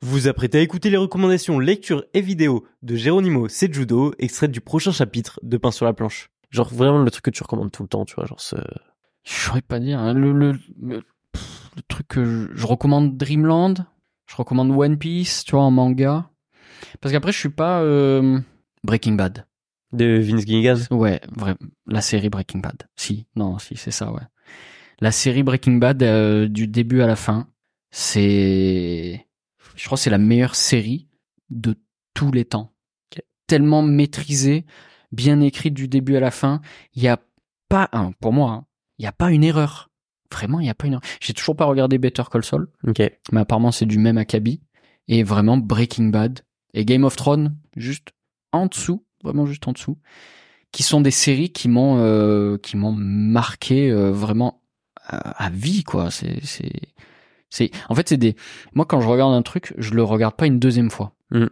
Vous apprêtez à écouter les recommandations lecture et vidéo de Géronimo Sejudo, extrait du prochain chapitre de Pain sur la planche. Genre vraiment le truc que tu recommandes tout le temps, tu vois, genre ce... Je saurais pas dire. hein. Le, le, le, pff, le truc que je, je recommande Dreamland, je recommande One Piece, tu vois, en manga. Parce qu'après, je suis pas euh, Breaking Bad. De Vince Gilligan. Ouais, vrai, la série Breaking Bad. Si, non, si, c'est ça, ouais. La série Breaking Bad euh, du début à la fin, c'est, je crois, que c'est la meilleure série de tous les temps. Tellement maîtrisée, bien écrite du début à la fin, il y a pas, hein, pour moi, hein, il y a pas une erreur. Vraiment, il y a pas une erreur. J'ai toujours pas regardé Better Call Saul Ok. mais apparemment c'est du même acabit. Et vraiment Breaking Bad et Game of Thrones, juste en dessous, vraiment juste en dessous, qui sont des séries qui m'ont euh, qui m'ont marqué euh, vraiment à, à vie quoi. C'est c'est c'est en fait c'est des moi quand je regarde un truc, je le regarde pas une deuxième fois. Mm.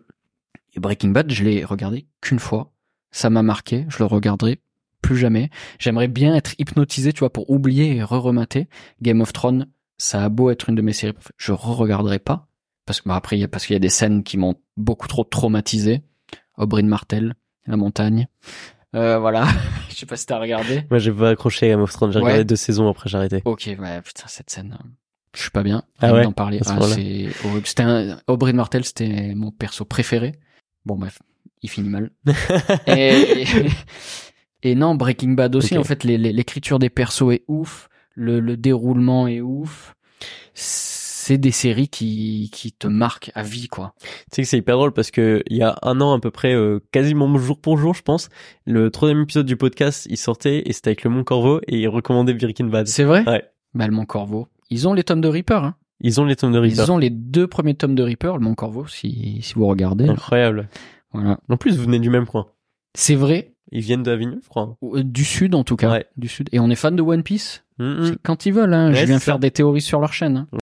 Et Breaking Bad, je l'ai regardé qu'une fois. Ça m'a marqué, je le regarderai plus jamais. J'aimerais bien être hypnotisé, tu vois, pour oublier et re-remater. Game of Thrones, ça a beau être une de mes séries, préférées, je re-regarderai pas parce que bah, après il y a parce qu'il y a des scènes qui m'ont beaucoup trop traumatisé. Aubry de Martel, la montagne. Euh, voilà, je sais pas si t'as regardé. Moi j'ai pas accroché à Game of Thrones, j'ai Ouais. regardé deux saisons après j'ai arrêté. Ok, ouais, putain cette scène, euh, je suis pas bien. Ah Rien ouais, d'en parler. à ce Ah, point-là. c'est horrible. C'était un... Aubry de Martel, c'était mon perso préféré. Bon bref, il finit mal. et, et non, Breaking Bad aussi. Ok. En fait, les- les- l'écriture des persos est ouf, le, le déroulement est ouf. C'est des séries qui, qui te marquent à vie, quoi. Tu sais que c'est hyper drôle parce que il y a un an à peu près, euh, quasiment jour pour jour, je pense, le troisième épisode du podcast, il sortait et c'était avec le Mont Corvo et il recommandait Birkin Bad. C'est vrai. Ouais. Bah, le Mont Corvo. Ils ont les tomes de Reaper. Hein. Ils ont les tomes de Reaper. Ils ont les deux premiers tomes de Reaper, le Mont Corvo, si, si vous regardez. Incroyable. Voilà. En plus, vous venez du même coin. C'est vrai. Ils viennent d'Avignon, je crois. Euh, Du sud, en tout cas. Ouais. Du sud. Et on est fan de One Piece. Hum, hum. C'est quand ils veulent. Hein. Ouais, je viens c'est ça. faire des théories sur leur chaîne. hein.